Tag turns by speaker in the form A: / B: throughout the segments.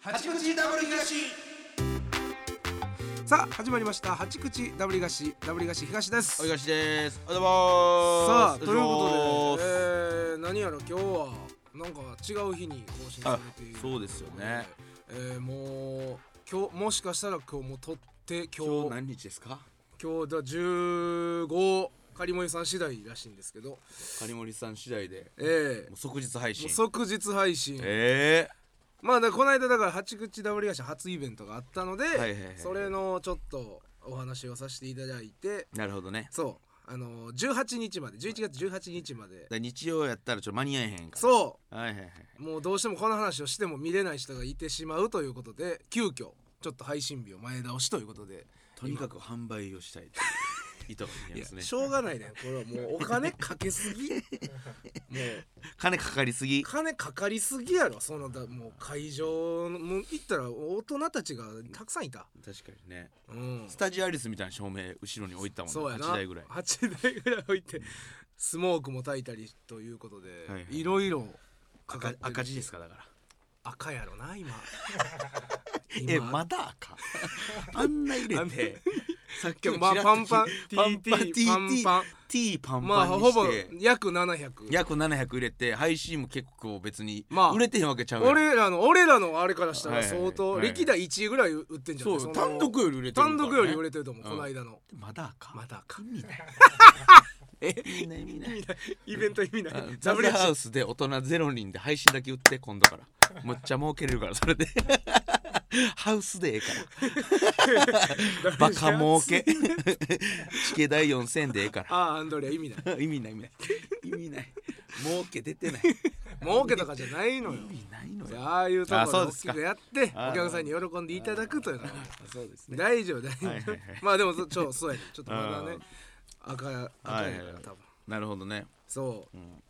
A: 八口ダブル東さあ始まりました八口ダブル東ダブル東東です
B: おいがしです。おはよ
A: さあとい
B: うござ
A: う
B: い
A: こ
B: ま
A: と
B: す。
A: で
B: うこ、
A: えー、何やら今日はなんか違う日に更新さ
B: あ
A: れている、
B: そうですよね。
A: えー、もう今日もしかしたら今日もう撮って今
B: 今日
A: 日
B: 何日ですか？
A: 今日だ15仮森さん次第らしいんですけど
B: カリモリさん次第で、
A: えー、
B: もう即日
A: も
B: 配
A: う
B: 信。
A: 即日配信、
B: え
A: まあだからこの間だから八口ダブル会社初イベントがあったので、
B: いはいはい
A: それのちょっとお話をさせていただいて
B: えなるほどね。
A: そうあの18日まで11月18日まで
B: だから日曜やったらちょっと間に合えへんか
A: そ
B: ら。はいはいはい。
A: うもうどうしてもこの話をしても見れない人がいてしまうということで急遽ちょっと配信日を前倒しということで
B: とにかく販売をしたいという意図が
A: い
B: 見えま
A: や
B: すね。
A: しょうがないねこれはもうお金かけす ぎもう
B: 金かかりすぎ。
A: 金かかりすぎやろそのだもう会場のもう行ったら大人たちがたくさんいた、
B: 確かにね。
A: うん
B: ス、タジアリスみたいな照明後ろに置いたもんね。
A: そうやな
B: 8台ぐらい。
A: 8台ぐらい置いてスモークも焚いたりということで、
B: はい
A: い
B: はい
A: ろいろかかっ
B: 赤
A: てる
B: 赤字ですかだから。
A: 赤やろな今
B: えまだ 赤あんな入れてさっきも
A: まあ
B: ちらっと
A: パンパン
B: 聞い
A: TT
B: パンパン TT
A: パンパン
B: T パン
A: まあ
B: パンに
A: ほぼ
B: して、
A: 約700
B: 約700入れて配信も結構別に
A: まあ
B: 売れてへんわけちゃうやん
A: 俺らの俺らのあれからしたら
B: はいはいはい
A: 相当、
B: はい
A: 歴代1位ぐらい売ってんじゃない
B: そ
A: う
B: よ
A: の
B: 単独より売れてる
A: 単独より売れ
B: て
A: てると思う、
B: うん
A: この間の
B: まだ赤
A: まだか
B: 意味ない
A: え
B: 意味ない意味ない
A: イベント意味な
B: あ
A: い
B: ザブリ
A: WH
B: ハウスで大人0人で配信だけ売って今度からむっちゃ儲けれるからそれ でハウスでええ からバカ儲けチケ代4000でええから
A: ああアンドレア 意味ない
B: 意味ない意味ない意味ない儲け出てない
A: 儲けとかじゃないのよ
B: 意味ないのよ
A: ああいうとこ
B: あそ
A: ろ
B: う
A: で大
B: で
A: き
B: すか
A: くやって
B: あー
A: お客さんに喜んでいただくというのが
B: そうです
A: 大丈夫大丈夫、
B: はいはいはい
A: まあでもそちょそうやねちょっとまだね赤や赤やから
B: はいはいはい
A: 多分
B: なるほどね
A: そう、
B: ん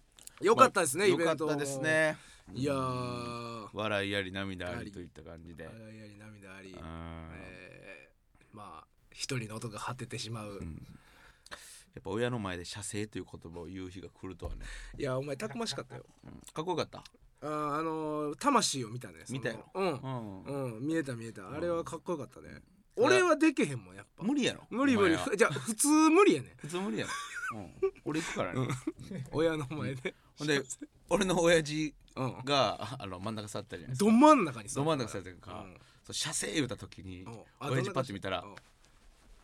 A: よかったですね、
B: まあ
A: イベント
B: よ
A: も
B: かったですね
A: いやー
B: 笑いあり涙ありといった感じで
A: あやり涙あり
B: うん
A: えー、まあ一人の音が果ててしまう、
B: やっぱ親の前で射精という言葉を言う日が来るとはね
A: いやお前たくましかったよ
B: うんかっこよかった
A: あーあのー、魂を見たねその
B: 見たよ
A: うん
B: うん
A: うん、見えた見えたあれはかっこよかったね、
B: うん
A: 俺はでけへんもんやっぱ
B: 無理やろ
A: 無理無理
B: お前は
A: じゃあ普通無理やねん
B: 普通無理やろうん俺行くからね
A: 親の前で
B: ほんで俺の親父
A: うん
B: がああの真ん中座ったじゃないですか
A: ど真ん中にさ
B: ど真ん中座ったか
A: うん
B: そう射精言うた時に
A: うんあ
B: 親父パッて見たら
A: どんな感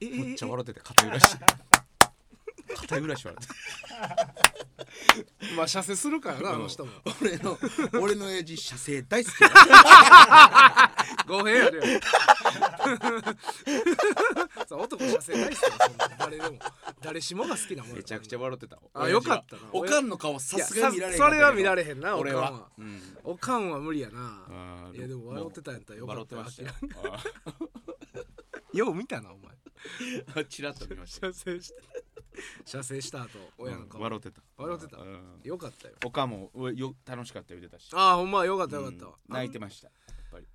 A: じうん
B: めっちゃ
A: え
B: 笑ってて肩 揺らして肩揺らして笑って
A: えええまあ射精するからなあの人も
B: 俺の俺の親父射精大好きだ
A: 語弊 あるよさ男射精大好きだよそんな誰でも誰しもが好きなもんや
B: めちゃくちゃ笑ってた
A: あ
B: 親父は
A: よかったな
B: おかんの顔さすがに見られへん
A: いやさそれは見られへんな
B: 俺
A: おかんは
B: はうん
A: おかんは無理や
B: う
A: な。
B: ん
A: いやでも笑ってたんやったらよか
B: 笑
A: っ
B: って
A: た
B: ましたよ
A: よう見たなお前。
B: あチラッと見ました
A: 射精 した。射精した後 親の顔。
B: 笑ってた
A: 笑ってた
B: うん
A: よかったよ。
B: おかんもうよ楽しかった言うてたし
A: ああほんまよかったよかったわ
B: うん。泣いてましたやっぱり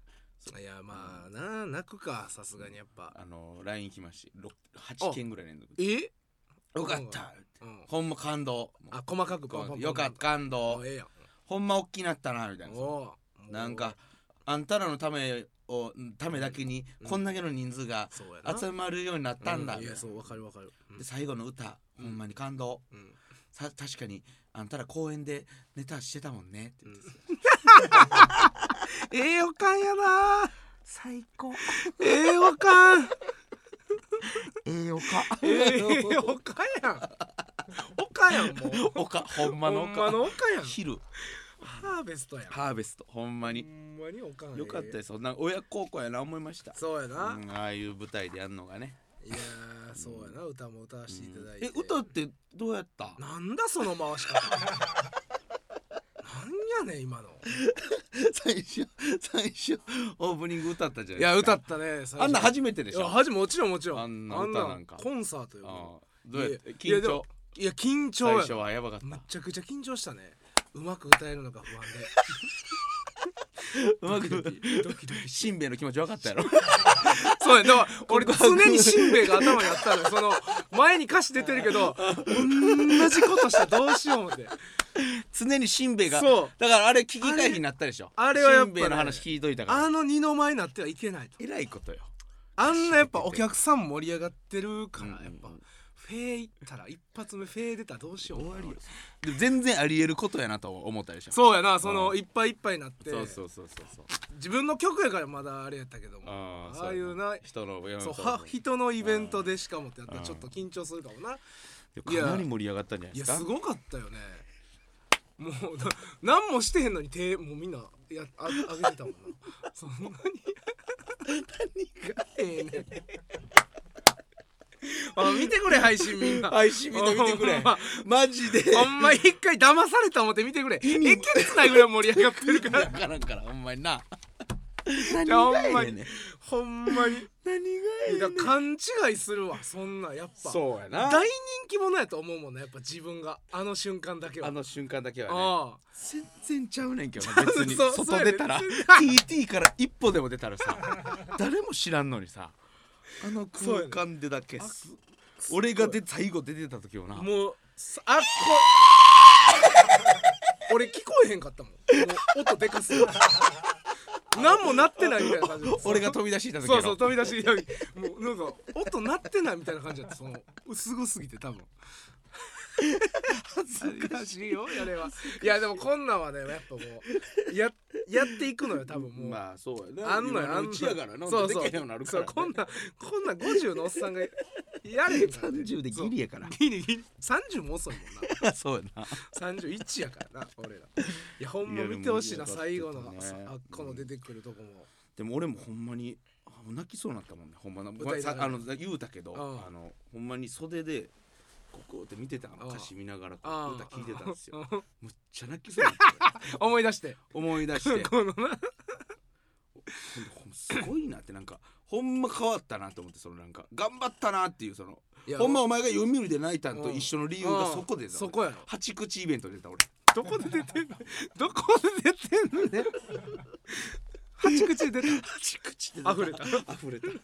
A: あんいやまあな泣くかさすがにやっぱ。
B: あの LINE 来ましてろ8件ぐらい連続で
A: え？
B: よかった
A: うん。
B: ほんま感動
A: あ細かくポンポンポンポン
B: よかった。感動
A: あええやん。
B: ほんまおっきなったなみたいな
A: おう
B: なんか。あんたらのためをためだけに
A: うん
B: こんだけの人数が
A: そうやな。
B: 集まるようになったんだ、
A: ういやそうわかるわかる。うん
B: で最後の歌ほんまに感動
A: うん。
B: さ確かにあんたら公園でネタしてたもんねって
A: う
B: 言って
A: ん ええおかんやな。
B: 最 高
A: ええおかん。
B: 栄養か
A: ええ おかやん。おかやんもう。
B: おかほんまの
A: ほ
B: お
A: んま
B: か
A: のおかやん。
B: 昼
A: ハーベストやん。
B: ハーベストほんま
A: ほ
B: に
A: んまにおかん。
B: よかったですそんな親孝行やな思いました
A: そうやな。
B: うんああいう舞台でやるのがね
A: いやー、そうやな。歌も歌わせていただいて。
B: え歌ってどうやった
A: なんだその回し方。なんやねん今の。
B: 最初最初 オープニング歌ったじゃ
A: いや、
B: ないですか
A: 歌ったね。
B: あんな初
A: め
B: めてでしょ
A: はじもちろんもちろん。
B: あんな歌なんか
A: あコンサートよ。
B: あ
A: も
B: あどうやって
A: いやいやで
B: 緊
A: も
B: 張
A: ういや、緊張
B: 最
A: や
B: 初はやばかっ
A: む
B: た
A: ちゃくちゃ緊張したね。うまく歌えるのか不安で。
B: うまく
A: ドキドキ
B: しんべヱの気持ち分かっ たやろ
A: そうやだから俺常にしんべヱが頭にあ ったのよその前に歌詞出てるけど同じことしたらどうしよう思って
B: 常にしんべヱが
A: そう
B: だからあれ危機回避になったでしょ
A: あれあれはやっぱ
B: し
A: ね
B: んべヱの話聞いといたから
A: あの二の舞になってはいけないと
B: えらいことよ
A: あんなやっぱお客さん盛り上がってるから
B: うん
A: やっぱフェイいったら一発目フェイ出たらどうしよう終わりよ
B: でも全然ありえることやなと思ったでしょ
A: そうやなその
B: うん
A: いっぱいいっぱいになって
B: そうそうそうそうそう
A: 自分の曲やからまだあれやったけども
B: あ
A: ああいうな
B: 人の
A: そう
B: そう
A: は人のイベントでしかもってやったら
B: うん
A: ちょっと緊張するかもない
B: やかなり盛り上がったんじゃない
A: い
B: で
A: や
B: すか
A: すごかったよねもうな何もしてへんのに手もうみんなやああげてたもんな そん なに何が ええねんあ見てくれ配信みんな
B: 配信見て見てくれ
A: ほんま
B: マジで
A: ほんま一回騙された思って見てくれえけつないぐらい盛り上がってるか
B: わ
A: ら
B: からんからほんまにな
A: じゃあ
B: 何
A: ほんま
B: がや
A: に
B: ねん
A: ほんまに
B: 何が
A: いや勘違いするわそんなんやっぱ
B: そうやな
A: 大人気者やと思うもんなやっぱ自分があの瞬間だけは
B: あの瞬間だけはね
A: ああ
B: 全然ちゃうねんけどな別に
A: そうそう
B: 外
A: やね
B: 出たら TT から一歩でも出たらさ誰も知らんのにさあの
A: そうや
B: 空
A: ね
B: 間でだけす俺がで最後出てた時はな
A: もうさあこ 俺聞こえへんかったもんこの音でかすぎて何も鳴ってないみたいな感じ
B: 俺が飛び出していた時や
A: そう
B: ろ
A: そう飛び出しいやもうなんか音鳴ってないみたいな感じだったそのすごすぎて多分恥ずかしいよあれ はいやでもこんなんはねやっぱもうややっていくのよ多分もう、
B: まあそうやな
A: あんのよ
B: 今
A: あん
B: う
A: の
B: ちやからな
A: そうそう
B: でけへんようになるからね
A: そうこんなこんな50のおっさんがやれへんからね
B: 30でギリやから
A: そうギリギリ30も遅いもんな
B: そうやな
A: 31やからな俺らいやほんま
B: いやでも
A: 見てほしいな
B: 盛
A: 最
B: り上
A: 後の、
B: がってたね
A: あっこの出てくるとこも
B: でも俺もほんまにあ泣きそうになったもんねほんまな
A: 歌いな
B: さ
A: がら
B: あの言うたけど
A: うん
B: あのほんまに袖でここって見てたの
A: うん
B: 歌詞見ながらこ
A: あ
B: う
A: あ
B: 歌聞いてたんですよ
A: うん
B: むっちゃ泣きそうになった
A: 思い出して
B: 思い出 して
A: このな
B: ほんでほんますごいなってなんかほんま変わったなと思ってそのなんか頑張ったなっていうその
A: いや
B: ほんまお前が読売で泣いたんと
A: うん
B: 一緒の理由が
A: うん
B: そこで
A: そこやろ
B: 八口イベントで出た俺
A: どこで出て んのどこで出てんのね八口で出た
B: 八口で
A: 溢れた
B: 溢れた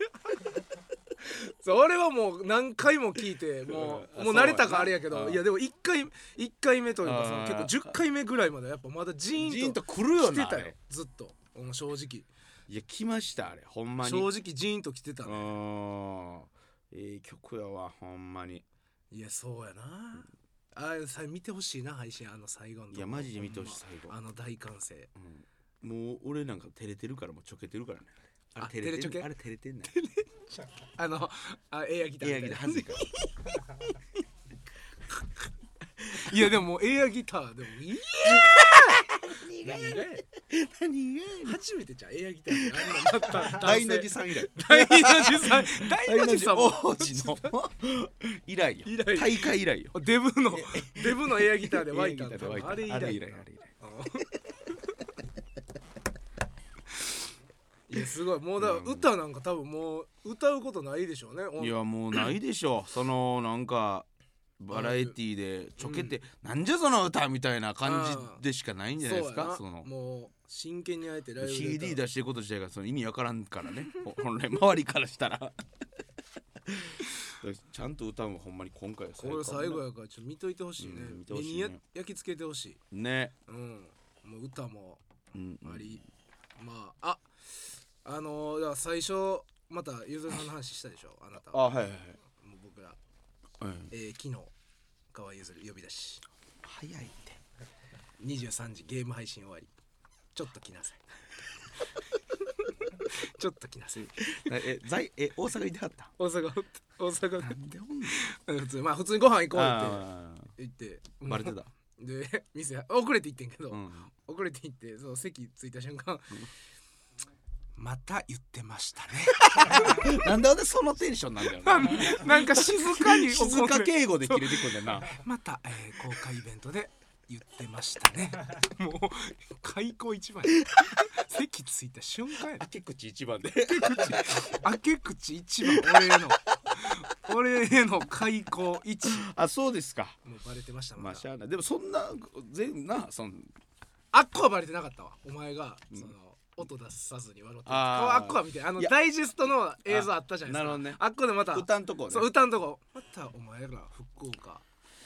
A: それはもう何回も聞いても
B: うん
A: うもう慣れたかあれやけ
B: そうや
A: ど
B: ない
A: やでも1回一回目という
B: う
A: か
B: ん
A: その結構10回目ぐらいまではやっぱまだジ
B: ジ
A: ー
B: ー
A: ン
B: ン
A: と
B: と来るよ
A: 来
B: な
A: て
B: あ
A: た
B: れ
A: よずっとうん正直
B: いや来ましたあれほんまに
A: 正直ジーンと来てたね
B: うんええ曲やわほんまに
A: いやそうやなあれさ見てほしいな配信あの最後の
B: いやマジで見てほしい最後
A: ほんまあの大歓声
B: うんもう俺なんか照れてるからもうちょけてるからねあ
A: あ
B: れ照れて
A: 照れちょ
B: ん
A: け
B: あれ照れてんない
A: あのあエアギター
B: エアギで恥ずいから
A: いやでもエアギターでもいいや 何がや
B: 何が
A: 初めてじゃんエアギターであんなんなった
B: 大の字さん以来
A: 大の字さん大の字さんも
B: 王子の 以来よ
A: 以来
B: 大会以来よ
A: デブ のデブのエアギターで湧いたん
B: エ
A: だ
B: アギターで湧いた
A: あれ以来
B: あれ以来あれ以来
A: いやすごいもうだから歌なんか多分もう歌うことないでしょうね
B: いやもうないでしょそのなんかバラエティーでちょけて、なんじゃその歌みたいな感じでしかないんじゃないです
A: そうや
B: か
A: な
B: その
A: もう真剣にあえてライブで歌う
B: CD 出してること自体がその意味わからんからねほ 本来周りからしたらちゃんと歌うのほんまに今回は
A: これ
B: かも
A: 最後やからちょっと見といてほしいね
B: うん見て
A: 目
B: ほし
A: に
B: いね
A: や焼き付けてほしい
B: ね
A: うんもう歌も
B: うん
A: ありまあああのーだから最初またゆずるさんの話したでしょあなた
B: あ
A: もう
B: はいはいはい、
A: 僕ら
B: うん
A: えー昨日川合ゆずる呼び出し
B: 早いって
A: 23時ゲーム配信終わりちょっと来な さいちょっと来なさい
B: なえ在え大阪いてはった
A: 大阪大阪
B: なんでおんの
A: 普通まあ普通にご飯行こうって
B: あー
A: 言って
B: バレてた、
A: で店遅れて行ってんけど、
B: うん、
A: 遅れて行ってその席着いた瞬間、また言ってましたね
B: なんで俺そのテンションなんだよ な
A: なんか静かに怒
B: 静
A: って
B: か敬語で切れてくんだよな
A: また、えー公開イベントで言ってました ねもう開口一番や席着いた瞬間や
B: 明け口一番で
A: 開け口一番俺への俺への開口一
B: あそうですか
A: もうバレてました
B: ま
A: ま
B: あ
A: た
B: しゃあないでもそんな全なそん
A: あっこはバレてなかったわお前がその、音出さずに笑って
B: あ
A: あ
B: ー
A: あっこはみたいなあの
B: いや
A: ダイジェストの映像あったじゃないですか
B: あなるほどね
A: あっこでまた
B: 歌んとこね
A: そう歌んとこまたお前ら福岡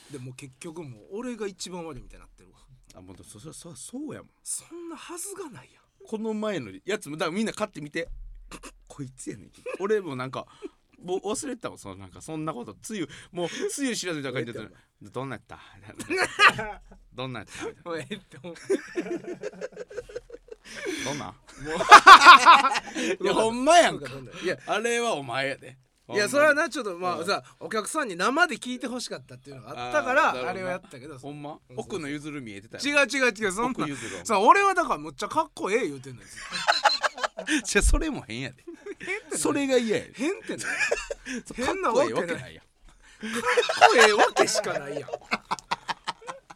A: でも結局もう俺が一番悪いみたいになってるわ
B: あもうそそそそうやもん
A: そんなはずがないやん
B: この前のやつもだからみんな買ってみて こいつやねんけど俺もなんかもう忘れてたもんそのなんかそんなことつゆもうつゆ知らずみたいな感じで
A: 覚
B: どんなんやった どんなんやったみたい
A: も うええって思う
B: などんなんい
A: いや
B: や
A: ほ
B: ほ
A: ん
B: んまやん
A: ま
B: か
A: かい
B: い
A: や
B: やあれはお前やで
A: いやそれは
B: な
A: なちょっとま
B: う
A: あ
B: ん
A: さお客さんに生で聞いてほしかったっていうのがあったから
B: あーなるほど
A: あ
B: な
A: れはやったけど
B: ほんま
A: そうそう
B: 奥の譲る見えてた
A: 違う
B: う
A: 違う違うそんな
B: 奥譲るわ
A: さ俺はだからむっちゃかっこええ言うてんのよずっと
B: じゃそれも変やでそれが嫌やで
A: 変ってな 変
B: か
A: な
B: っ
A: わ
B: こ
A: け
B: ええわ
A: ない
B: け
A: かっ
B: ないやん
A: こええわけしかないやん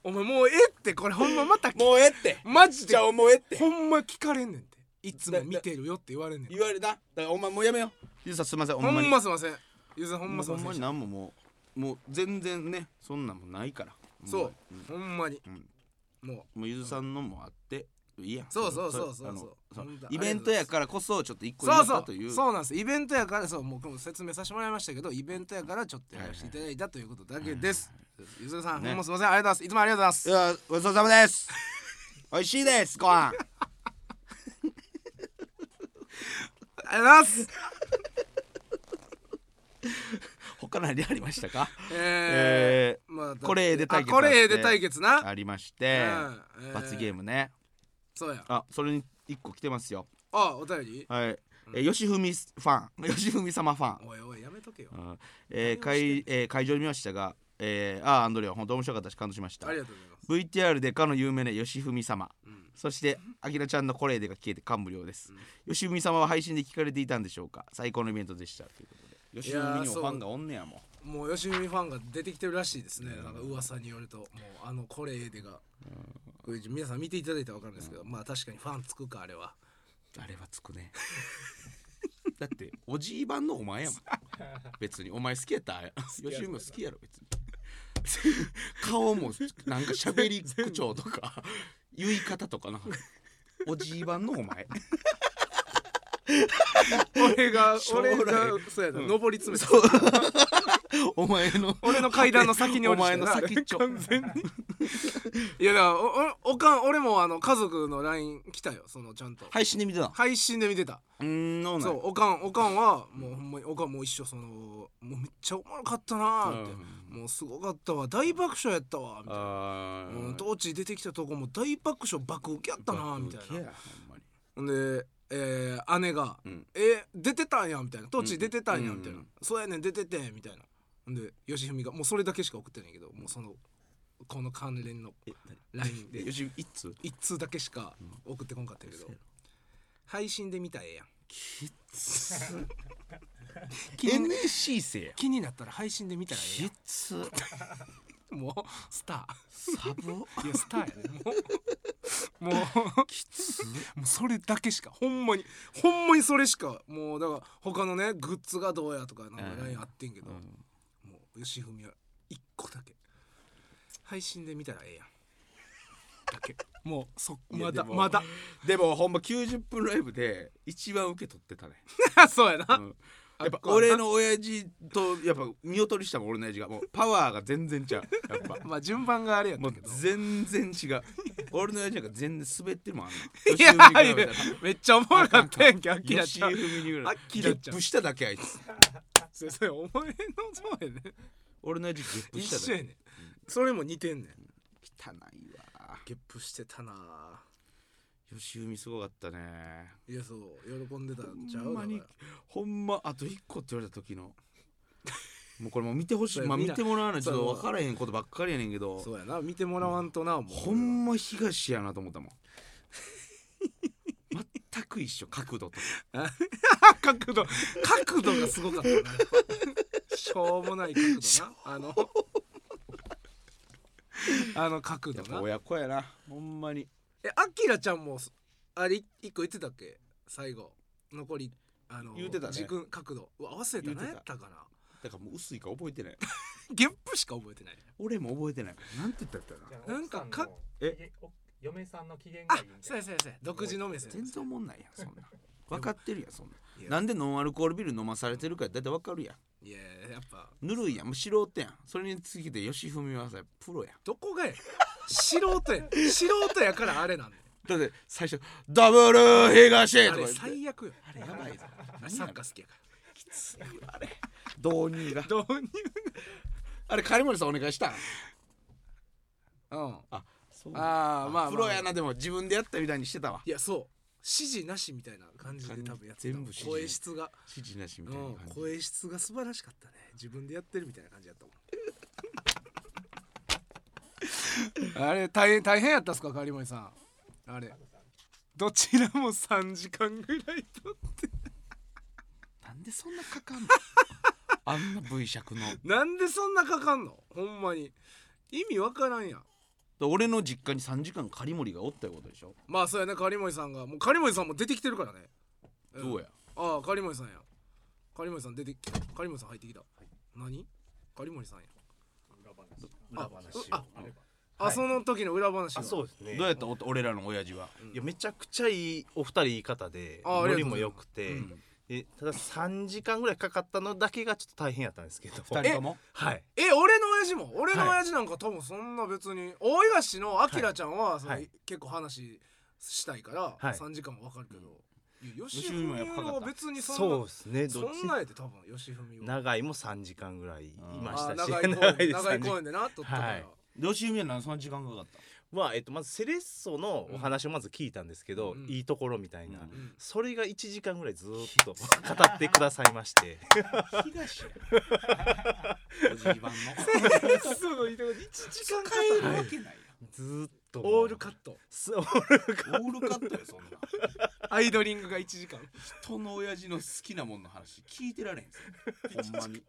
A: お前もうええってこれほんままた
B: もうええって
A: マジ
B: じ
A: で
B: ゃあもうええって
A: ほんま聞かれんねんていつも見てるよって言われんねん
B: 言われるなだからお前もうやめようゆうさんすいません
A: ほ
B: ほんまに
A: んますいませんゆずさんほ
B: ほ
A: ん
B: ん
A: ま
B: ます
A: いませんでした
B: 何ももうもう全然ねそんなんもないから
A: そうほんまに
B: うん
A: もう
B: もうゆずさんのもあっていいやん
A: そうそうそうそう
B: あの
A: そう
B: そう
A: ほんと
B: イベントやからこそちょっと一個
A: そう
B: 言
A: そ
B: ったという
A: うそうなんですイベントやからそうもう僕も説明させてもらいましたけどイベントやからちょっとやらせていただいたということだけですゆずるさん
B: ね
A: ほんますいませんありがとうございますいつもありがとうござい
B: いやごちそうさまです 美味しいですご飯
A: ますありがとうございます
B: 他何ありましたか
A: え
B: え
A: ーまあ
B: ーこれで対決
A: あこれで対決
B: あって
A: な
B: ありまして
A: うんえー
B: 罰ゲームね
A: そうや
B: あそれに一個来てますよ
A: あお便り
B: はいえー吉文ファン 吉文様ファン
A: おいおいやめとけよ
B: うんえー会えー会場に見ましたが、えー、あーアンドレア本当面白かったし感動しました
A: ありがとうございます
B: VTR でかの有名な吉文様
A: うん
B: そしてあきらちゃんのコレーデが消えて感無量です、吉文様は配信で聞かれていたんでしょうか最高のイベントでしたということで吉文にもファンがおんねやもん
A: もう吉文ファンが出てきてるらしいですね、なんか噂によると、もうあのこれええでが、これ皆さん見ていただいたら分かるんですけど、まあ確かにファンつくか、あれは。
B: あれはつくね だっておじい版のお前やもん別にお前好きやった吉文も好きやろ別に 顔もなんか喋り口調とか言い方とかなおじい版の お前
A: 俺が、
B: 将来
A: 俺が、そうやな、
B: うん
A: 上り詰めた。
B: お前の
A: 俺の階段の先に
B: お
A: 落ちてる
B: 前の
A: な
B: 先っちょ
A: いやだからおおおかん俺もあの家族の LINE 来たよそのちゃんと、
B: 配信で見てたの
A: 配信で見てた
B: うーんの
A: そうおかんおかんはもうほんまにおかんもう一緒そのもうめっちゃおもろかったなーって、もうすごかったわ大爆笑やったわみたいな
B: あ
A: うん、当時出てきたとこも大爆笑爆受けやったなみたいな。ほんで、えー姉が「
B: うん
A: え出てたんや」みたいな「当
B: う
A: 時
B: ん
A: 出てたんや」みたいな「
B: うん
A: そうやねん出てて」みたいな。ほんで吉文がもうそれだけしか送ってないけどもうそのこの関連の LINE で
B: よしいつ
A: 一通だけしか送ってこんかったけど、配信で見たらええやん
B: NSC 生や
A: 気になったら配信で見たらええ
B: きつ
A: やんもうスタ
B: サブ
A: ーい やスターやね もうもう
B: きつ
A: もうそれだけしかほんまにほんまにそれしかもうだから他のねグッズがどうやとかなんか
B: うん
A: LINE あってんけど、もう吉文は一個だけ配信で見たらええやん だけもうそ
B: いや
A: まだ
B: でも
A: まだ
B: でもほんま90分ライブで一番受け取ってたね
A: そうやな、
B: うんやっぱ俺の親父とやっぱ見劣りしたもん俺の親父がもうパワーが全然違うやっぱ
A: まあ順番があれやっ
B: も
A: た
B: う
A: けど
B: 全然違う俺の親父なんか全然滑ってるもんあん
A: いや
B: な吉文に比べたら
A: めっちゃおもろかったやんけアキラ
B: 吉
A: ちゃん
B: 井文にぐらい
A: あきらちゃん
B: ゲップしただけあいつ
A: 先生お前のそうやね
B: 俺のやつゲップ
A: 一
B: した
A: 緒
B: だ
A: や
B: け
A: ねそれも似てんねん
B: 汚いわ
A: ゲップしてたな
B: 吉海すごかったね
A: いやそう喜んでたんちゃう
B: ほんまに
A: だか
B: ほんまあと一個って言われた時のもうこれもう見てほし
A: そ
B: いう
A: や
B: まあ
A: みん
B: 見
A: な
B: てもらわないと
A: そう
B: 分からへんことばっかりやねんけ
A: ら
B: ど
A: そうやな見てもらわんとなもう
B: ほんま東やなと思ったもん全く一緒角度とか
A: 角度角度がすごかったなやっぱしょうもない角度なあのあの角
B: や
A: 度
B: っぱ
A: な
B: 親子やなほんまに
A: えあきらちゃんもあれ一個言ってたっけ最後残りあの
B: 言うてたね
A: 時間角度うわ合わせた
B: 言うて
A: 何
B: た
A: やったかな
B: だからもう薄いから覚えてない
A: ゲップしか覚えてない
B: 俺も覚えてないなんて言ったやった
C: じ
B: か
C: ゃ
B: な
C: あ
A: なんかか
C: 奥さんの
B: え
C: ひげお嫁さんの機嫌が
A: あ
C: いいみたいな
A: そうやそうやそうや独自の目線
B: 全然おもんないやんそんな分かってるやんそんない
A: や
B: なんでノンアルコールビール飲まされてるかだって分かるやん
A: いややっぱ
B: ぬるいやんもう素人やんそれについて吉文はさプロやん
A: どこがや素人や素人やからあれなんだよ
B: だって最初「ダブル東」
A: あ
B: とか言
A: れ
B: って
A: 最悪よ
B: あれやばいぞ
A: サッカー好きやから
B: 導入が
A: 導入
B: あれ金森さんお願いした
A: うん
B: あそう
A: あ
B: あ
A: あまあ、まあ、
B: プロやなでも自分でやったみたいにしてたわ
A: いやそう指示なしみたいな感じで多分やってた
B: 全部指示
A: 声質が、
B: 指示なしみ
A: う
B: たいなん感、じ
A: 声質が素晴らしかったね自分でやってるみたいな感じだったもん あれ大変大変やったっすか狩森さんあれどちらも3時間ぐらいとって
B: なんでそんなかかんの あんな V 尺の
A: なんでそんなかかんのほんまに意味わからんやん
B: 俺の実家に3時間狩森がおったいうことでしょ
A: まあそうやね狩森さんがもう狩森さんも出てきてるからねん
B: どうや
A: ああ狩森さんや狩森さん出てきた狩森さん入ってきた、何狩森さんや
C: 裏話
A: あ
C: あれば
A: あ、
C: はい
A: その時の裏話が
C: あそうですね
B: どうやったお俺らの親父は、
C: いやめちゃくちゃいいお二人言い方で
A: ああ
C: ノ
A: りがとう
C: リも良くて、
B: うん
C: でただ3時間ぐらいかかったのだけがちょっと大変やったんですけど
B: 二人とも
C: はい
A: え俺の親父も俺の
C: はい
A: 親父なんか多分そんな別に大東のあきらちゃんは、その
C: はい
A: 結構話したいから、
C: はい
A: 三3時間はわかるけど、いや吉
B: 吉文
A: 文
B: はやっぱかかった
A: は別にそんな
C: そうですねどっ
A: そ
C: ち
A: んなやで多分吉文は
C: 長いも3時間ぐらいいまし
A: あ
C: たし
A: 長い公
C: 長い
A: 演
C: です
A: 長い公
C: 3
A: 演でなとったから、
C: はい
B: 吉文は何そんな時間かかった
C: 時は、えっと、まずセレッソのお話をまず聞いたんですけど、
A: うん
C: いいところみたいな、
B: うん
A: うん
C: それが1時間ぐらいずーっと語ってくださいまして
B: 東やおじいばんの
A: その移動に1時間か
B: 帰
A: か
B: る
A: る
B: わ
A: わ
B: け
A: け
B: ない
C: ずーっと
A: オールカッ
C: ト
A: ト
C: オール
B: やんオールカットやそんな
A: アイドリングが1時間
B: 人の親父の好きなもんの話聞いてられへんすよほんまに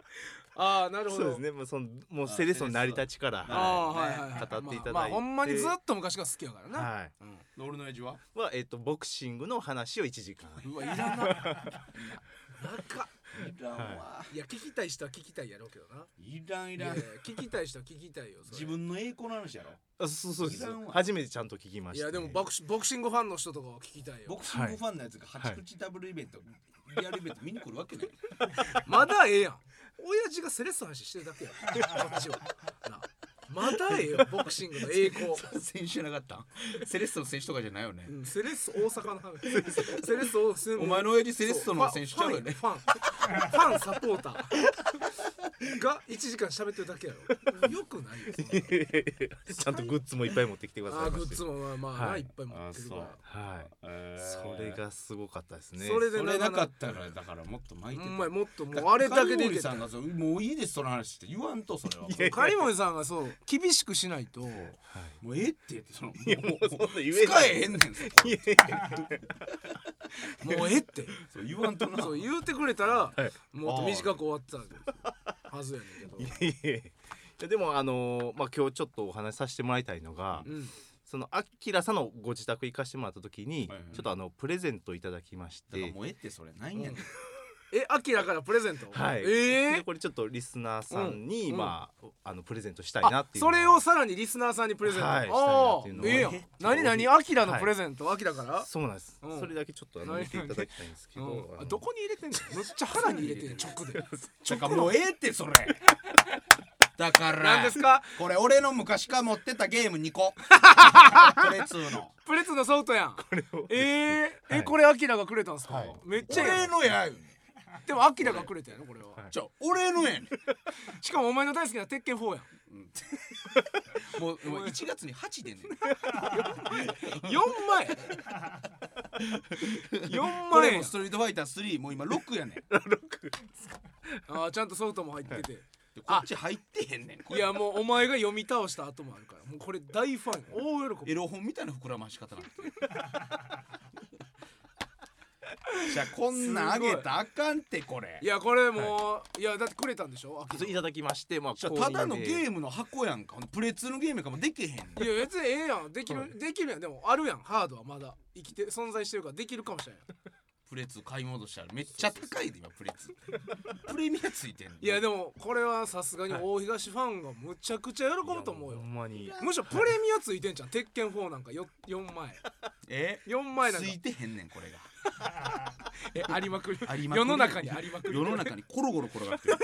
A: ああなるほ
C: そう
A: ど
C: ですねもうそのもう
B: あ
C: セレッソの成り立ちから
A: ああ
B: は
A: はいいはいはい
C: 語っていただい
A: ま
C: て
A: あまあ、ほんまにずっと昔から好きやからな、
C: はい
A: うん
B: 俺の親父は
C: は、えっとボクシングの話を1時間
B: うわいらない
A: 長っ
B: らんわ
C: はい
A: や聞きたい人は聞きたいやろうけどない
B: らんい
A: いや
B: ら
A: い
B: ん
A: や聞きたい人は聞きたいよそれ
B: 自分の栄光の話やろ
C: あそうそうです
B: いらんわ
C: 初めてちゃんと聞きま
A: い
C: した
A: や
C: ね、
A: で もボクシボクシングファンの人とかは聞きたい
B: ボ
A: よ
B: クシングファンのやつが八口ダブルイベント、リアルイベント見に来るわけない
A: まだええやん親父がセレッソの話してるだけやん こっちはなまだええよボクシングの栄光
B: 選手なかったセレッソの選手とかじゃないよね
A: うんセレッソ大阪の話セレッソセレッソ
B: お前の親父セレッソの選手ちゃうよね
A: ファンファンファンサポーターが1時間喋ってるだけやろよくないよそんな
C: ちゃんとグッズもいっぱい持ってきてください
A: あ
C: ま
A: ー
C: して
A: グッズもまあまあな、
C: はい
A: い、っぱい持ってるから
C: はい、
B: え
C: それがすごかったですね
A: それで
B: それなかったらだからもっと巻いて
A: ほ
B: た
A: んまやもっともうあれだけでい
B: 金
A: け
B: 森さ
A: た
B: んがそうもういいですその話って言わんとそれは
A: 狩森さんがそう厳しくしないと
B: もうええって言ってそのもうもう
C: そんな言えない
B: 使えへんねんそこ
A: もうええって
B: そう言わんとな
A: そう言うてくれたら
C: はい
A: もっと短く終わってたはずやねんけど、
C: いやいやでもあのーまあ、今日ちょっとお話しさせてもらいたいのが、
A: うん、
C: そのアキラさんのご自宅行かしてもらった時に、
B: はいはい
C: ちょっとあのプレゼントいただきまし
B: だから
C: て
B: もうええってそれないんやねん
A: えアキラからプレゼント、
C: はい
A: え
C: で
A: ー
C: これちょっとリスナーさんに、
A: うん
C: まああのプレゼントしたいな
A: あ
C: っていうの
A: そ
C: は
A: れをさらにリスナーさんにプレゼント、
C: は
A: ああ
C: いしたいなっていうのは
A: ええやん
C: え
A: 何何アキラのプレゼント、アキラから
C: そうなんです、
A: うん
C: それだけちょっとあの
A: はい
C: 見ていただきたいんですけど、
A: うん
C: あ
A: あ
C: の
A: どこに入れてんのむっちゃ腹に入れ てん直で
B: だからもうええってそれだから
A: 何ですか
B: これ俺の昔から持ってたゲーム2個これ2の
A: プレツのソフトやん
C: を
A: えー
C: は
A: え
C: い
A: これアキラがくれたんすか、
C: はい
A: めっちゃええや
B: 俺
A: ん
B: のやよね
A: でもアキラがくれたやろこれは、
C: はい
B: じゃあ俺のやねん
A: しかもお前の大好きな鉄拳4やん
B: もうもう1月に8でね
A: 4枚4枚
B: これ
A: や
B: も
A: ん
B: ストリートファイター3もう今6やねん で
A: あーちゃんとソフトも入ってて、
B: こっち入ってへんねんこ
A: い、
B: れ
A: やもうお前が読み倒した後もあるからもうこれ大ファン大喜
B: エ
A: び
B: ロ本みたいな膨らまし方 なんてじゃあこんなんあげたらあかんってこれ
A: いやこれもう、い、やだってくれたんでしょア
C: そ
A: キ
C: れ
A: ラ
C: いただきましてまあ
B: じゃあただのゲ
C: ム
B: ームの箱やんかプレ2のゲームかもできへんねん
A: いや別にええやんできる、
C: はい
A: できるやんでもあるやんハードはまだ生きて存在してるからできるかもしれんやん
B: プレツ買い戻したらめっちゃ高いで今プレツ プレミアついてんの
A: いやでもこれはさすがに大東ファンがむちゃくちゃ喜ぶと思うよ
C: ほんまに
A: むしろプレミアついてんじゃん鉄拳4なんかよ4枚
B: え
A: 4枚なん
B: つ
A: か
B: いてへんねんこれが
A: えありまくる
B: ありまくり
A: 世の中にありまくる
B: 世の中にコロコロ転がってる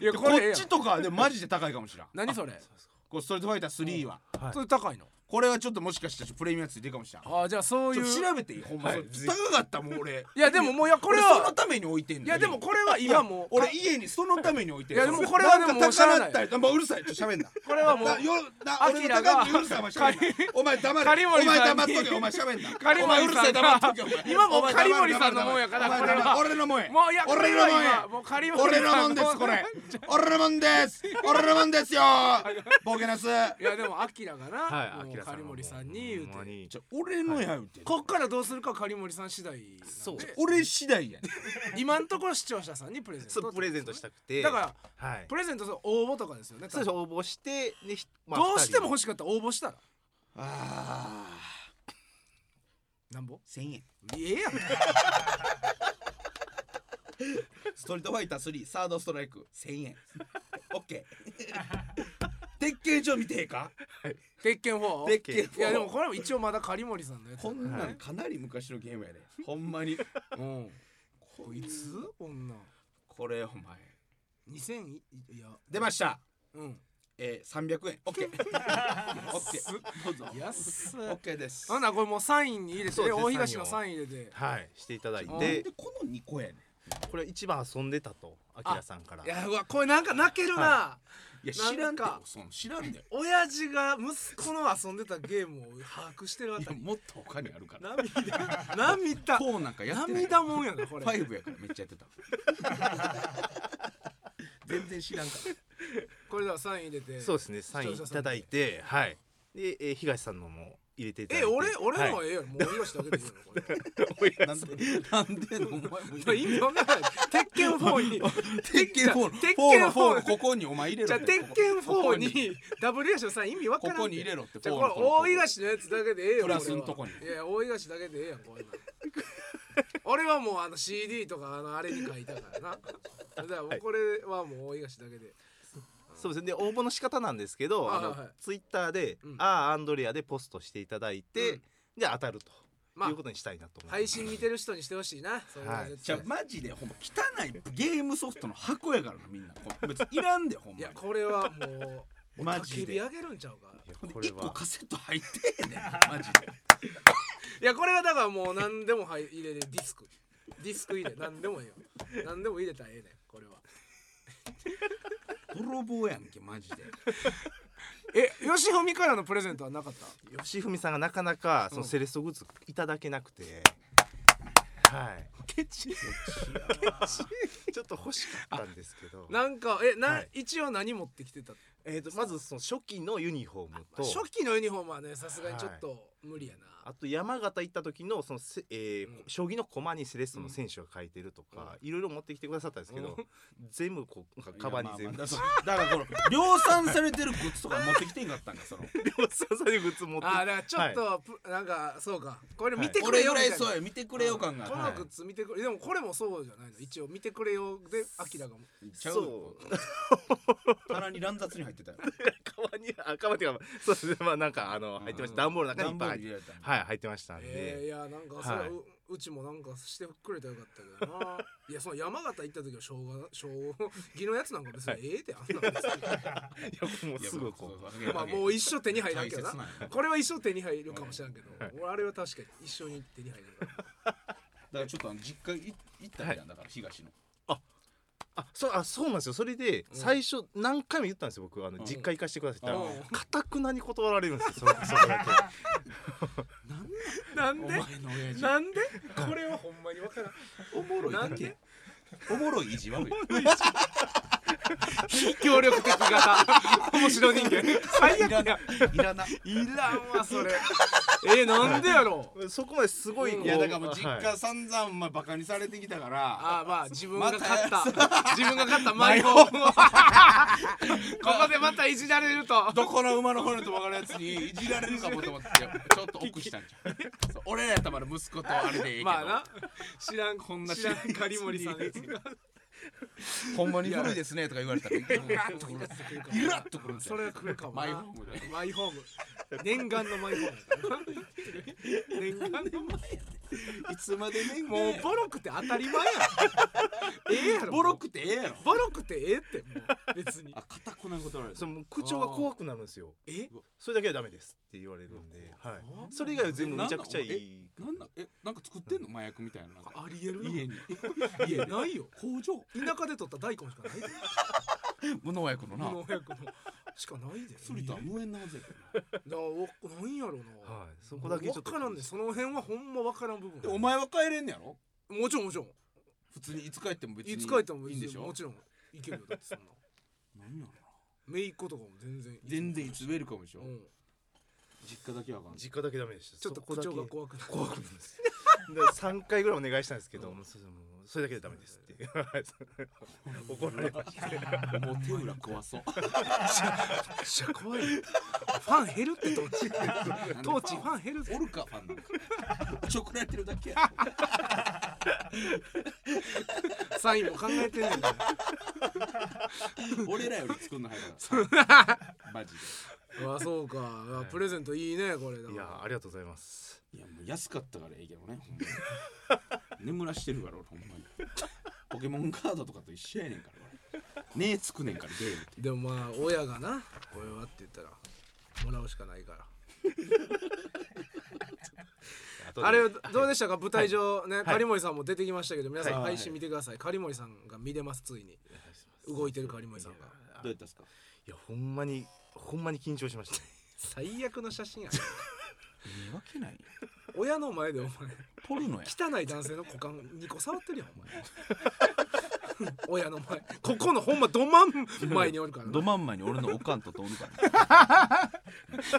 A: いや
B: で
A: こ
B: こ
A: れええ
B: っ
A: やん
B: ちとかはでもマジで高いかもしれん
A: 何それ
B: こうストリートファイター3は
C: はい
A: それ高いの
B: これはちょっともしかしたらプレミアついてるかもしれんち
A: あーじゃあそうい
B: ょ
A: う
B: っと調べていいほんま
C: はい
B: そう高かったもん俺
A: いやでももういやこ
B: これ
A: れ
B: その
A: は
B: ために置いてんの
A: いやでもこれは今もう
B: 俺家にそのために置いてる
A: いやでもこれはでも
B: なんか
A: もうしゃあ
B: 高
A: な
B: ないったりまあうるさいちょっと喋ん な
A: これはもう
B: なよな
A: アキ
B: 俺の
A: ラが
B: 高いにうるさいお 前喋んなお前黙れ
A: 狩
B: お
A: 森さんに
B: 前黙っとけお前喋んな
A: 狩森さんが
B: お前うるさい黙っとけお前
A: 今もう
B: お前黙れ
A: 狩森さんのもんやから
B: お前
A: これ
B: 黙れ
A: は
B: 俺のもんや
A: もういやこれ
B: 俺
A: は
B: のもん
A: 今
B: や
A: もう狩森
B: 俺の
A: さ
B: も
A: ん
B: んです これ俺のもんです俺のもんですよボケナス
A: いやでもアキラがな、
C: はい
A: もう
C: アキラさん
A: 狩
C: はもう
A: 森さんに言う
C: ほんま
A: て
C: に
B: ちょ俺のや言うてんの
A: こっからどうするか狩森さん次第なんで
C: そう
B: 俺次第やねん
A: 今のところ視聴者さんにプレゼント
C: そうプレゼントしたくて
A: だから
C: はい
A: プレゼントそう応募とかですよね
C: そうです応募してでひまあ
A: どうしても
C: 二人
A: 欲しかったら応募したら
B: あ
A: なんぼ
B: 1000円
A: ええやん
B: ストリートファイター3サードストライク1000円オッケ ー鉄拳上見てえか
A: 鉄拳 4?
B: 鉄拳4
A: いやでもこれも一応まだ狩森さんのやつ
B: こんなんかなり昔のゲームやでほんまに
A: うん
B: こ
A: こいつこんなん
B: これお前
A: 2000いいや
B: 出ました
A: うん
B: えー、300円オッ ケーオッケーどうぞ
A: 安
B: オッケーです
A: なんだこれもうサインに入れて
C: そうですね
A: 大東のサ
C: サ
A: イン入れて
C: はいしていただい
A: うん
B: で
C: て
B: この2個やねん
C: これ一番遊んでたとあきらさんから
A: いやうわこれなんか泣けるな、
B: い
A: な
B: や
A: んか
B: 知らんかそん知らんだよ
A: 親父が息子の遊んでたゲームを把握してるあ
B: い
A: た
B: や
A: り
B: もっと他にあるから
A: 涙涙
B: こうなんかやってない
A: 涙もんやなこ
B: フ
A: れ
B: ァイブやからめっちゃやってた 全然知らんか
A: これではサイン入れて
C: そうですねサインいただいてはいでえー東さんのも入れていただい
A: え
C: て
A: 俺俺の
C: はい
A: ええよ、もう大東だけでいいよこ れ
B: らなんでなんでお前
A: これ意味わからない鉄拳4に
B: 鉄拳フォー
A: 鉄拳
B: フォーの
A: フ
B: フォー
A: ォー
B: のここにお前入れろ
A: じゃあ
B: って
A: 鉄拳
B: ここ
A: 4に WH のサイン意味わからん
B: ここに入れろって
A: じゃあ
B: フ
A: こ
B: ォー
A: れ
B: の
A: 大東のやつだけでええよ
B: プラス
A: 俺は
B: のとこに
A: いや大東だけでええやんこんなん俺はもうあの CD とかあのあれに書いたから なだからもうこれはもう大東だけで
C: そうですねで応募の仕方なんですけど
A: あ
C: あの
A: はいはい
C: ツイッターで
A: うん
C: 「ああアンドレア」でポストしていただいて、
A: うん
C: で当たると、
A: まあ
C: いうことにしたいなと思います
A: 配信見てる人にしてほしいなそれは絶
B: じゃ
A: 対
B: あマジでほんま汚いゲームソフトの箱やからなみんなほん別にいらんでほん
A: いや
B: ま
A: これはもう
B: マ
A: マ
B: ジ
A: ジ
B: で
A: であげるんちゃうか
C: いや
B: に
C: これ
B: 1個
C: は
B: カセット入ってへんねんマジで
A: いやこれはだからもう何でも入入れるディスクディスク入れ何でもいいよ何でも入れたらええねんこれは
B: 泥棒やんけマジで
A: え吉文からのプレゼントはなかった
C: 吉文さんがなかなかその
A: うん
C: セレストグッズいただけなくて、はい
A: ケチ
C: ちょっと欲しかったんですけど
A: なんかえな、
C: はい
A: 一応何持ってきてた
C: えー、とまずその初期のユニフォームと
A: 初期のユニフォームはねさすがにちょっと無理やな、
C: あと山形行った時のそのせ、えー
A: うん
C: 将棋の駒にセレストの選手が書いてるとか、いろいろ持ってきてくださったんですけど、全部こうなんかカバンに全
B: い
C: 部
B: やまあまあだそうだからこの量産されてるグッズとか持ってきてんかったんかその
C: 刺さるグッズ持って
A: あーだからちょっと、プなんかそうかこれ見てくれ
B: 俺
A: よみ
B: ぐら
A: たい
B: い
A: な、
B: そうや見てくれよ感があ
A: こ
B: る
A: のグッズ見てくれでもこれもそうじゃないの一応見てくれよでアキラが
B: ちゃうよ 棚に乱雑に入ってたよ
C: 革にあ革っていうかそうですねまあなんかあの入ってました段ボールの中にいっぱい
B: 段ボー
C: 入
B: ルに入れら
C: って
B: れたんだ
C: はい入ってましたんで、
A: えー、いやなんかそれは,、
C: はいう
A: うちもなんかしてくれたらよかったけど ないやその山形行った時はしょうがしょうぎのやつなんか別にええであんなん別に
C: い やもうすぐこう
A: まあもう
B: い
A: 一生手に入らんけどな
B: 大切なんや
A: これは一生手に入るかもしれんけど、俺あれは確かに一緒に手に入るから
B: だからちょっとあの実家い行ったんじゃんだから東の
C: あそうあそうなんですよそれで最初何回も言ったんですよ僕あの、
B: うん
C: 実家行かせてくださいって言った
A: うん
C: らかたくなに断られるんですよそそこだけ
A: なん
B: お
A: で
B: の親
A: なんでこれはほんまにわからん
B: おもろい
A: な
B: だ
A: んで
B: けおもろい意地悪い
A: 非協力的型面白人間最悪や
D: いらない
A: らんわそれえー、なんでやろう
C: そこまですごいこ
A: うん
C: う
A: い
B: いやだからもう実
C: はい
B: 家散々まあバカにされてきたから
A: あーまあ自分が
B: また
A: 勝った自分が勝ったマイホームをここでまたいじられると
B: どこの馬の骨と分かるやつにいじられるかもと思ってちょっと奥したんじゃんそう俺らやったらまだ息子とあれでええけど
A: まあな知らん
B: こんな
A: 知らん狩森さんのやつが
D: ほんまに古いですねとか言われたらイラッとくるイラッとくるんです
A: そ
D: よ
A: れは来るかもな
B: マイホームだ
A: マイホーム念願のマイホームやからな念願のマイホーム
B: いつまでね
A: も
B: も
A: うボロくて当たり前やろええや
B: う
A: ろ
B: ボロくてええやろ
A: ボロくてええってもう別に
B: あ固くなことられ
C: そのもう口調が怖くなるんですよ
A: え
C: それだけはダメですって言われるんで、はい、それ以外は全部めちゃくちゃいい
B: なんだえなんか作ってんの麻薬みたいななんか
A: ありえる
B: 家に
A: いやないよ
B: 工場
A: 田舎で取った大根しかないで
D: 無農薬のな
A: 農薬のしかないで
B: スリとは無縁なはずやけどな
A: なおなんやろな、
C: はい、そこだけちょっと
A: 分からんねその辺はほんま分からん部分
B: でお前は帰れんねやろ
A: もちろんもちろん
B: 普通にいつ帰っても別に
A: いつ帰っても
B: いいんでしょ
A: もちろんいけるよだってそんな
B: なんやろな
A: めいっ子とかも全然
B: 全然いつウェルカムでし
A: う
B: ょ
A: ん
B: 実家だけわかんない
C: 実家だけダメでした
A: ちょっと
C: そこ
A: 口
C: だけ
A: 調が怖くなる
C: 怖くなるんですで3回ぐらいお願いしたんですけど、もうそれもうそれだけでダメですってはい 怒 られました
B: もう手裏壊そう
A: めっちゃ怖いファン減るってトーチトーチファン減るぜ
B: おるかファンなんかチョコられてる だけや
A: サインも考えてんねんから
B: 俺らより作んの早いからマジで
A: あそうか、あプレゼントいいねこれだ
C: いやーありがとうございます
B: いやもう安かったからええけどねほんまに眠らしてるから俺ほんまにポケモンカードとかと一緒やねんから俺ねえつくねんからゲームって
A: でもまあ親がなこれはって言ったらもらうしかないから
C: 後で
A: あれどうでしたか舞台上ね狩森さんも出てきましたけど皆さん
B: はい
A: 配信見てください狩森さんが見れますついに動いてる狩森さんが
B: どうやったっすか
C: いやほんまにほんまに緊張しましたね
A: 最悪の写真や
D: 見分けないよ
A: 親の前でお前
D: ポル ノや
A: 汚い男性の股間2個触ってるやんお前 親の前ここのほんまど真ん前におるからな
D: ど真ん前に俺のおかんと通るから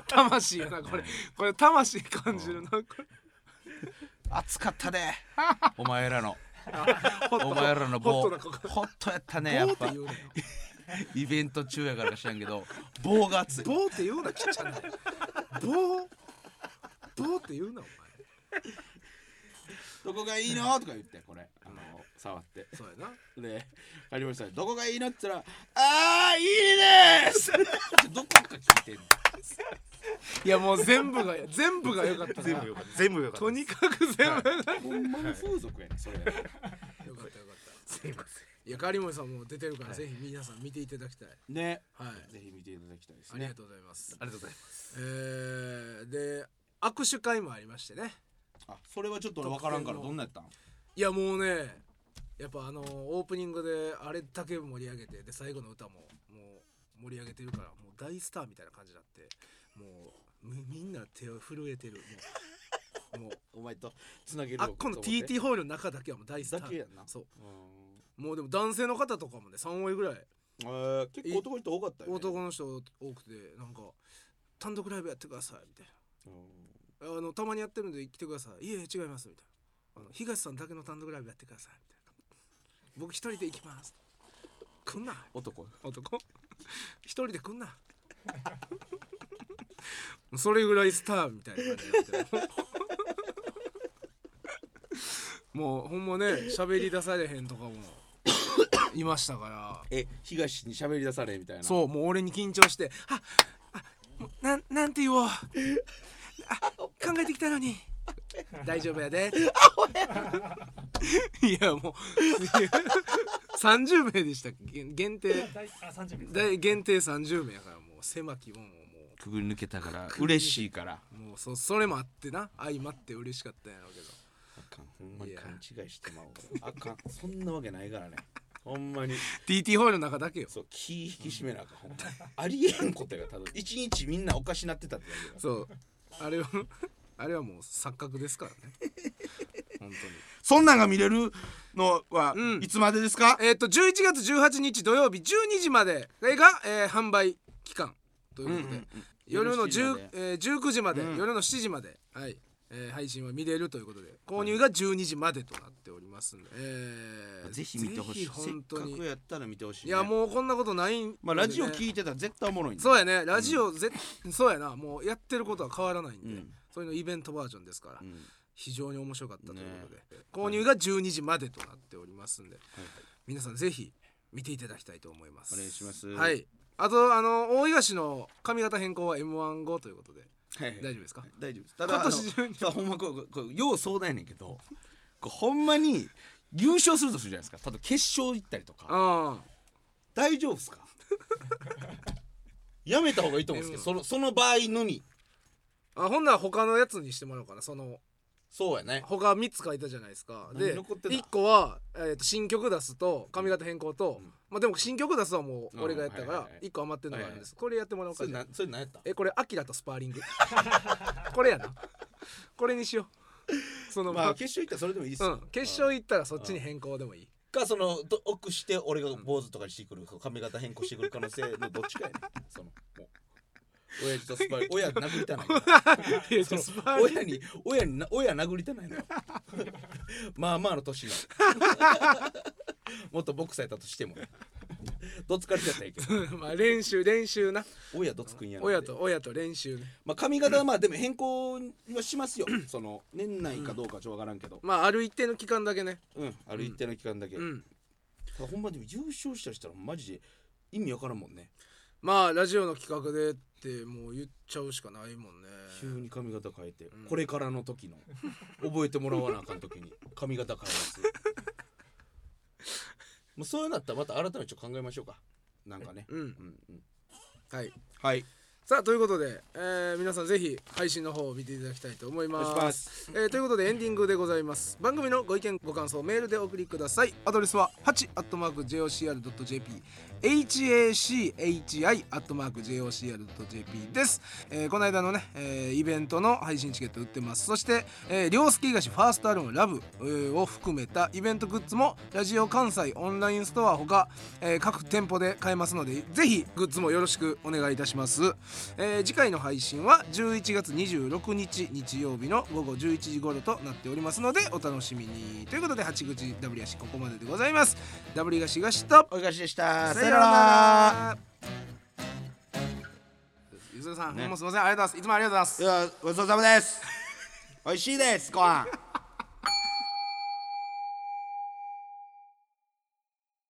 A: 魂やなこれこれ魂感じるなこれ
D: 暑か ったでお前らの
A: ホット
D: お前らの棒ホ
A: ホットな股間
D: ットやったねや
A: 棒
D: っ
A: って
D: ぱ
A: 言うなよ
D: イベント中やからか知らんけど棒が熱い
A: 棒って言うなきっちゃない棒棒って言うなお前
B: どこがいいのとか言ってこれあの触って
A: そうやな
B: で有森さんどこがいいのって言ったらあーいいです どこか聞いてんの
A: いやもう全部が全部が良かったな
C: 全部よかった全部よかった
A: とにかく全部が良かった
B: ほんまの風俗やねそれ
A: 良かった
C: すいません
A: いや狩森さんも出てるからぜひ皆さん見ていただきたい
B: ね
A: はい
B: ぜひ見ていただきたいです
A: あり
B: ね
A: がとうございます
C: ありがとうございます
A: えーで握手会もありましてね
B: あそれはちょっと俺分からんからどんなやったん
A: いやもうねやっぱあのオープニングであれだけ盛り上げてで最後の歌ももう盛り上げてるからもう大スターみたいな感じになってもうみみんな手を震えてるもう もう
B: お前とつなげる
A: あこの TT ホールの中だけはもう大スター
B: だけやんな
A: そう
B: うん
A: もうでも男性の方とかもね3割ぐらい
B: えー、結構男の人多かったよ、ね、
A: 男の人多くてなんか単独ライブやってくださいみたいなあのたまにやってるんで来てください。いえ違いますみたいな。あの東さんだけの単独ライブやってくださいみたいな。僕一人で行きます。来んな
B: 男
A: 男一人で来んな。それぐらいスターみたいな感じになってるもうほんまね喋り出されへんとかもいましたから。
B: え東に喋り出されみたいなう
A: そうもう俺に緊張して「ああもうなんなんて言おうあ考えてきたのに大丈夫やで」いやもう30名でしたっけ限定
E: 大あ三十秒
A: 大限定30名やからもう狭き門をも
D: くぐり抜けたから嬉しいから
A: うもうそそれもあってな相まって嬉しかったんやろうけど
B: あかんほんま
A: い
B: に
A: や
B: 勘違いしてまおうあかんそんなわけないからねほんまに
A: TT ホールの中だけよ
B: そう気引き締めなあかんほんまありえんことやからただ一日みんなおかしなってたってだけ だ
A: そうあれはあれはもう錯覚ですからね本当に
E: そんなんが見れるのは
A: うん
E: いつまでですか、
A: えっ、と11月18日土曜日12時までこれが、えー販売期間ということで、夜
F: 夜の
A: の
F: 7
A: 10
F: 時ま、
A: えー、19時まで、夜の7時まで、はいえー配信は見れるということで購入が12時までとなっておりますんで、えー
B: ぜひ見てほしい
A: ぜひ本当
F: せっ
A: に
F: かくやったら見てほしい、
A: い
F: ね、
A: やもうこんなことないんでね、
F: まあラジオ聞いてたら絶対おもろいんだ
A: そうやねラジオぜ、そうやなもうやってることは変わらないんで、
F: うん
A: そういうのイベントバージョンですから、
F: ん
A: 非常に面白かったということで、購入が12時までとなっておりますんで、皆さんぜひ見ていただきたいと思います
F: お願いします
A: はいあとあの大東の髪型変更は m 1後ということで
B: はい
A: 大丈夫ですか
B: 大丈夫ですただあ
A: 今
B: の
A: 年中に
B: ただほんまこうこう要相談やねんけどこうほんまに優勝するとするじゃないですかただ決勝行ったりとか
A: あ
B: 大丈夫ですか やめた方がいいと思うんですけどそのその場合のみ
A: ああほんなら他のやつにしてもらおうかなその
B: そうやね
A: 他3つ書いたじゃないですか
B: 何
A: で
B: 残ってた
A: 1個は、えー、と新曲出すと髪型変更と、まあでも新曲出すはもう俺がやったか
B: うんは
A: ら
B: いはいはい
A: 1個余ってるのがあるんです、これやってもらおう
B: そ
A: か
B: れ
A: じゃあ
B: なそれ何やった
A: えこれアキラとスパーリング これやなこれにしようその
B: ま
A: ま
B: あ決勝行ったらそれでもいいっす
A: う
B: よ
A: ん、決勝行ったらそっちに変更でもいい
B: かそのど奥して俺が坊主とかにしてくる髪型変更してくる可能性のどっちかやねそのもう親父とスパイ親殴りたないから
A: いや スパーリング
B: 親に親にな親殴りたないのよ まあまあの年が もっとボクサーやったとしてもどつかれちゃったらいいけど
A: まあ練習練習な
B: 親どつくんやなんで
A: 親と親と練習ね
B: まあ髪型はまあでも変更はしますよその年内かどうかちょっとわからんけど
A: まあある一定の期間だけね
B: うんある一定の期間だけ、
A: うん
B: ただほんまでも優勝したりしたらマジで意味わからんもんね
A: まあラジオの企画でってもう言っちゃうしかないもんね
B: 急に髪型変えて、これからの時の覚えてもらわなあかん時に髪型変えますもうそういうなったらまた改めてちょっと考えましょうかなんかね
A: うん
B: うんうん
A: はい
B: はい
A: さあということで、えー皆さんぜひ配信の方を見ていただきたいと思います
B: お願いします
A: えーということでエンディングでございます番組のご意見ご感想メールでお送りくださいアドレスは 8-jocr.jp hachi.jocr.jp です、えーこの間のね、えーイベントの配信チケット売ってますそして、えー、両助菓子ファーストアルバム「ラブ、えーを含めたイベントグッズもラジオ関西オンラインストアほか、えー各店舗で買えますのでぜひグッズもよろしくお願いいたします、えー次回の配信は11月26日日曜日の午後11時頃となっておりますのでお楽しみにということで八口ダブリガシここまででございますダブリガシがした
B: おかしでした
A: さよならゆずるさん、
B: ね
A: ほんますみませんありがとうございますいつもありがとうございます
B: うわごちそうさまです美味しいですご飯